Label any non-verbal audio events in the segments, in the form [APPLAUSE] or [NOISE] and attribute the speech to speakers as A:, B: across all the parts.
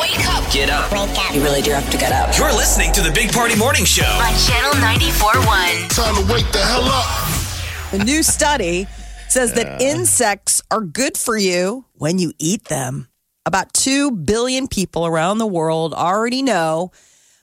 A: Wake up.
B: Get up.
C: You really do have to get up.
B: You're listening to the Big Party Morning Show.
A: On Channel 94.1.
D: Time to wake the hell up.
E: A new study says that insects are good for you when you eat them. About 2 billion people around the world already know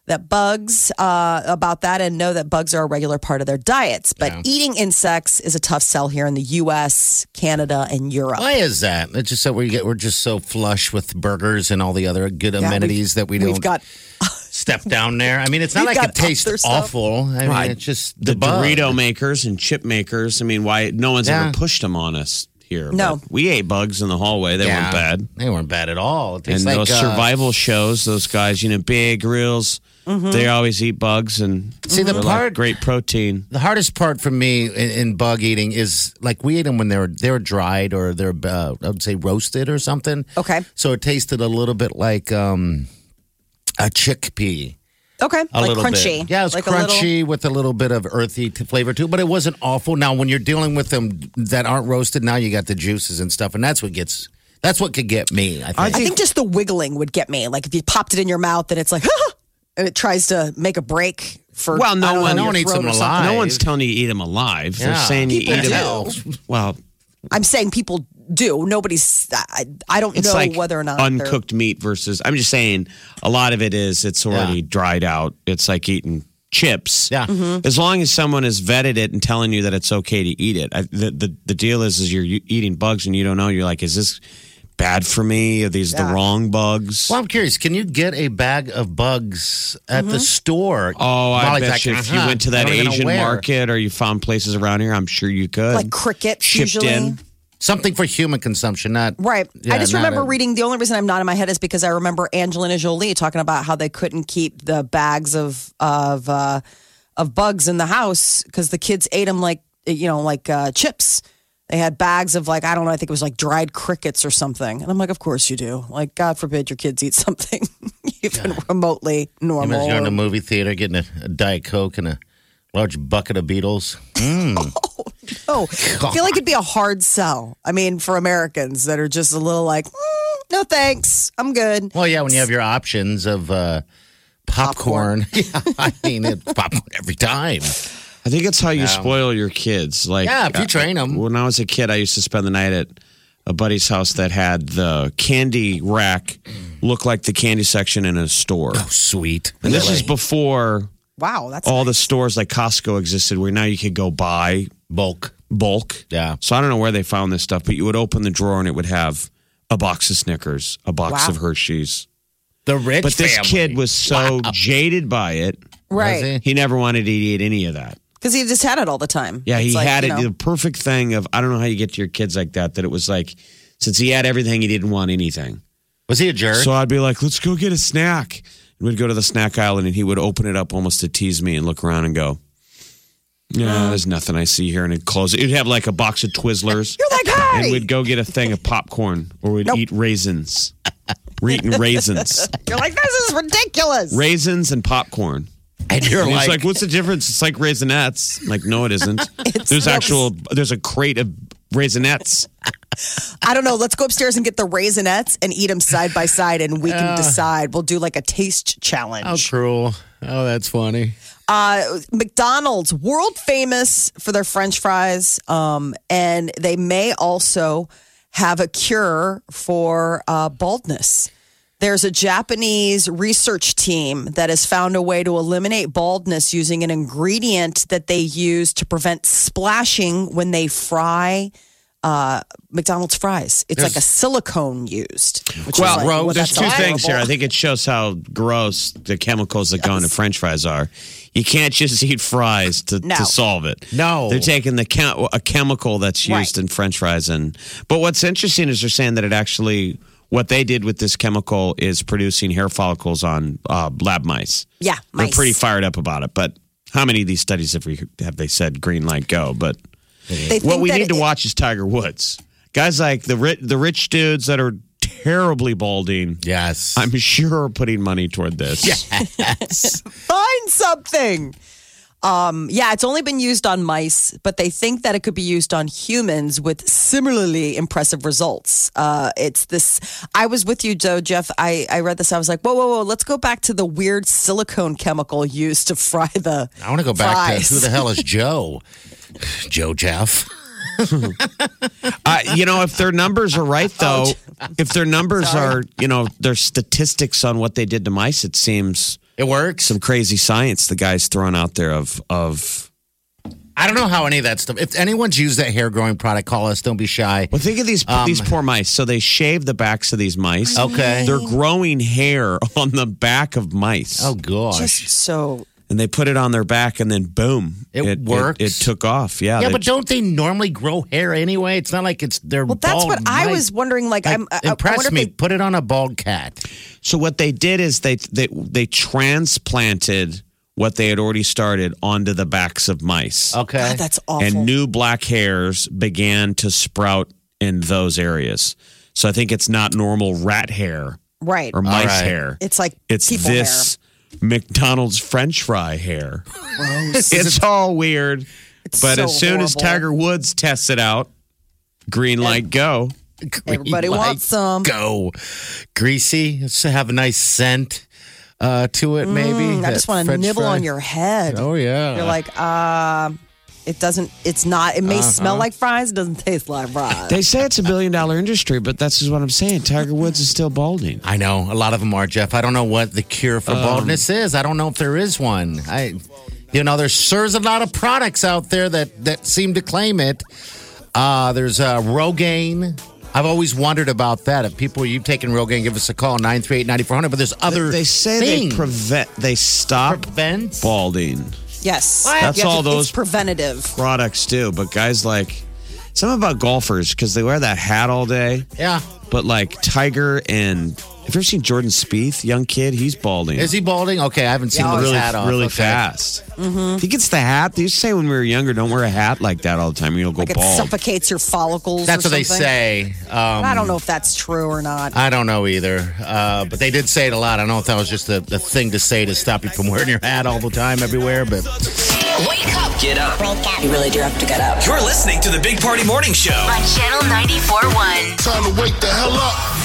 E: that bugs uh, about that and know that bugs are a regular part of their diets. But eating insects is a tough sell here in the US, Canada, and Europe.
F: Why is that? It's just that we get we're just so flush with burgers and all the other good
E: Yeah,
F: amenities that we
E: we've
F: don't
E: got
F: step down there. I mean, it's not
E: We've
F: like
E: got
F: it tastes
E: other stuff.
F: awful. I mean,
G: Right.
F: it's just
G: the,
F: the, bug.
G: Dorito makers and chip makers. I mean, why no one's
F: Yeah.
G: ever pushed them on us here?
E: No.
G: but we ate bugs in the hallway. They
F: Yeah.
G: weren't bad.
F: They weren't bad at all. It
G: And
F: tastes like
G: those
F: uh,
G: survival shows, those guys, you know, big grills, they always eat bugs and
F: See, the
G: they're
F: part-
G: like great protein.
F: The hardest part for me in, in bug eating is like we ate them when they were they were dried or they're uh, I would say roasted or something.
E: Okay.
F: So it tasted a little bit like um, a chickpea.
E: Okay,
F: A
E: like
F: little
E: crunchy.
F: bit. Yeah, it's
E: like a little-
F: crunchy with a little bit of earthy t- flavor too, but it wasn't awful. Now, when you're dealing with them that aren't roasted, now you got the juices and stuff, and that's what gets that's what could get me. I think.
E: I think just the wiggling would get me. Like if you popped it in your mouth and it's like, [LAUGHS] and it tries to make a break for.
G: Well, no
E: I don't
G: one-
E: know,
G: no
E: your
F: one eats
E: throat
F: them
E: or something.
F: alive.
G: No one's telling you to eat them alive. They're
F: Yeah.
G: saying you
E: People
G: eat
F: do.
G: them. Well,
E: I'm saying people do. Nobody's. I, I don't
G: it's
E: know
G: like
E: whether or not they're-
G: uncooked meat versus. I'm just saying, a lot of it is it's already dried out. It's like eating chips.
F: Yeah.
G: As long as someone has vetted it and telling you that it's okay to eat it, I, the, the the deal is is you're eating bugs and you don't know. You're like, is this bad for me? Are these the wrong bugs?
F: Well, I'm curious. Can you get a bag of bugs at the store?
G: Mm-hmm. Oh, I
F: Molly's
G: bet
F: like,
G: you if you
F: "Uh-huh,
G: went to that
F: what am I gonna
G: Asian
F: wear?"
G: market or you found places around here, I'm sure you could.
E: like crickets
G: Shipped
E: usually.
G: in.
F: something for human consumption, not
E: Right. I
F: Yeah,
E: just
F: not
E: remember
F: a-
E: reading. The only reason I'm not in my head is because I remember Angelina Jolie talking about how they couldn't keep the bags of of uh, of bugs in the house because the kids ate them like you know like uh, chips. They had bags of like I don't know. I think it was like dried crickets or something. And I'm like, of course you do. Like God forbid your kids eat something [LAUGHS] even remotely normal.
F: Imagine you're in a
E: or-
F: movie theater getting a, a diet coke and a large bucket of beetles.
E: oh, I feel like it'd be a hard sell. I mean, for Americans that are just a little like, "Mm, no thanks, I'm good.
F: Well, yeah, when you have your options of uh, popcorn, [LAUGHS] Yeah, I mean, it's popcorn every time.
G: I think it's how you spoil your kids. Like,
F: Yeah, if you
G: uh,
F: train 'em. Oh,
G: When I was a kid, I used to spend the night at a buddy's house that had the candy rack look like the candy section in a store.
F: Oh, Sweet.
G: And this is before
E: Wow, that's
G: all the stores like Costco existed, where now you could go buy
F: bulk.
G: bulk.
F: Yeah.
G: So I don't know where they found this stuff, but you would open the drawer and it would have a box of Snickers, a box
E: Wow.
G: of Hershey's.
F: The rich
G: But this
F: family.
G: kid was so jaded by it,
E: right.
F: he?
G: he never wanted to eat any of that.
E: Because he just had it all the time.
G: Yeah, he
E: It's like,
G: had
E: you
G: it.
E: know,
G: The perfect thing of I don't know how you get to your kids like that. That it was like since he had everything, he didn't want anything.
F: Was he a jerk?
G: So I'd be like, let's go get a snack. And we'd go to the snack island, and he would open it up almost to tease me and look around and go, "Yeah, there's nothing I see here." And he'd close it. He'd have like a box of Twizzlers.
E: You're like,
G: and
E: hey!
G: we'd go get a thing of popcorn, or we'd eat raisins. We're eating raisins,
E: You're like, this is ridiculous.
G: raisins and popcorn.
F: and you're
G: And
F: like,
G: he's like, "What's the difference? It's like raisinettes." I'm like, no, it isn't. there's actual. There's a crate of raisinettes.
E: I don't know. Let's go upstairs and get the raisinettes and eat them side by side, and we
G: Uh.
E: can decide. We'll do like a taste
F: how
E: challenge.
F: cruel. Oh, that's funny.
E: Uh, McDonald's, world famous for their French fries, um, and they may also have a cure for uh, baldness. There's a Japanese research team that has found a way to eliminate baldness using an ingredient that they use to prevent splashing when they fry uh, McDonald's fries. It's like a silicone used. Which is like, well,
G: there's
E: that's
G: two things here. I
E: horrible.
G: think it shows how gross the chemicals that go into French fries are. You can't just eat fries to,
E: No.
G: to solve it.
F: No.
G: they're taking the chem- a chemical that's
E: Right.
G: used in French fries, and but what's interesting is they're saying that it actually What they did with this chemical is producing hair follicles on uh, lab mice.
E: Yeah,
G: They're
E: mice.
G: pretty fired up about it. But how many of these studies have, we, have they said green light go? But
E: They
G: what
E: think
G: we
E: that
G: need to
E: it-
G: watch is Tiger Woods. Guys like the rich, the rich dudes that are terribly balding,
F: Yes.
G: [LAUGHS]
F: [LAUGHS]
G: I'm sure are putting money toward this.
E: Find something. Um, yeah, it's only been used on mice, but they think that it could be used on humans with similarly impressive results. Uh, it's this. I was with you, Joe, Jeff. I, I read this. I was like, whoa, whoa, whoa. Let's go back to the weird silicone chemical used to fry the.
F: I want to go back
E: fries.
F: to who the hell is Joe? [SIGHS] Joe Jeff.
G: Uh, you know, if their numbers are
F: [LAUGHS]
G: right,
F: Oh,
G: though, if their numbers are, you know, their statistics on what they did to mice, it seems
F: It works.
G: some crazy science the guy's throwing out there of of.
F: I don't know how any of that stuff. If anyone's used that hair growing product, call us. Don't be shy.
G: Well, think of these these poor mice. So they shave the backs of these mice.
F: Um, Okay.
G: they're growing hair [LAUGHS] on the back of mice,
F: Oh gosh.
E: Just so.
G: and they put it on their back, and then boom,
F: It works.
G: It, took off. Yeah,
F: yeah,
G: they-
F: but don't they normally grow hair anyway? It's not like it's they're.
E: Well, that's
F: bald
E: what I
F: mice.
E: was wondering. Like,
F: Like,
E: I'm. I, I wonder
F: impress
E: if
F: me.
E: they-
F: Put it on a bald cat.
G: So what they did is they they they transplanted what they had already started onto the backs of mice.
F: Okay.
E: God, that's awful.
G: and new black hairs began to sprout in those areas. So I think it's not normal rat hair
E: right.
G: or mice
F: right.
G: hair.
E: It's like
G: It's
E: people
G: this McDonald's French fry hair. it's all weird.
E: It's
G: but
E: so
G: as soon as
E: horrible.
G: Tiger Woods tests it out, green light go.
E: Everybody
F: [LAUGHS] Green
E: wants some.
F: light, Go. Greasy. It's to have a nice scent uh, to it, maybe.
E: Mm, I just want to nibble on your head.
F: Oh, yeah.
E: You're like, uh, it doesn't, it's not, it may
F: Uh-huh.
E: smell like fries, it doesn't taste like
F: [LAUGHS]
E: fries.
G: They say it's a billion dollar industry, but that's just what I'm saying. Tiger Woods is still balding.
F: I know. A lot of them are, Jeff. I don't know what the cure
G: Um,
F: for baldness is. I don't know if there is one. I, you know, there's there's a lot of products out there that that seem to claim it. Uh, there's uh, Rogaine. I've always wondered about that. If people you've taken Rogaine, give us a call 938-9400. But there's other
G: They say
F: things.
G: they prevent, they stop
F: prevents.
G: balding.
E: yes.
G: That's
E: You have
G: all
E: to-
G: those-
E: It's preventative.
G: products too, but guys like some about golfers because they wear that hat all day.
F: Yeah.
G: But like Tiger and have you ever seen Jordan Spieth, young kid? He's balding.
F: Is he balding? Okay, I haven't seen
E: Yeah,
F: the
G: really,
F: hat off.
G: really
F: Okay. Mm-hmm.
G: fast. He gets the hat. They used to say when we were younger, don't wear a hat like that all the time. or You'll go
E: Like it
G: bald.
E: suffocates your follicles.
F: That's
E: or
F: what they
E: something.
F: say. Um,
E: I don't know if that's true or not.
F: I don't know either, uh, but they did say it a lot. I don't know if that was just a, a thing to say to stop you from wearing your hat all the time everywhere, but
A: Wake up
B: Get up.
C: You really do have to get up.
B: You're listening to the Big Party Morning Show.
A: on Channel 94.1.
D: Time to wake the hell up.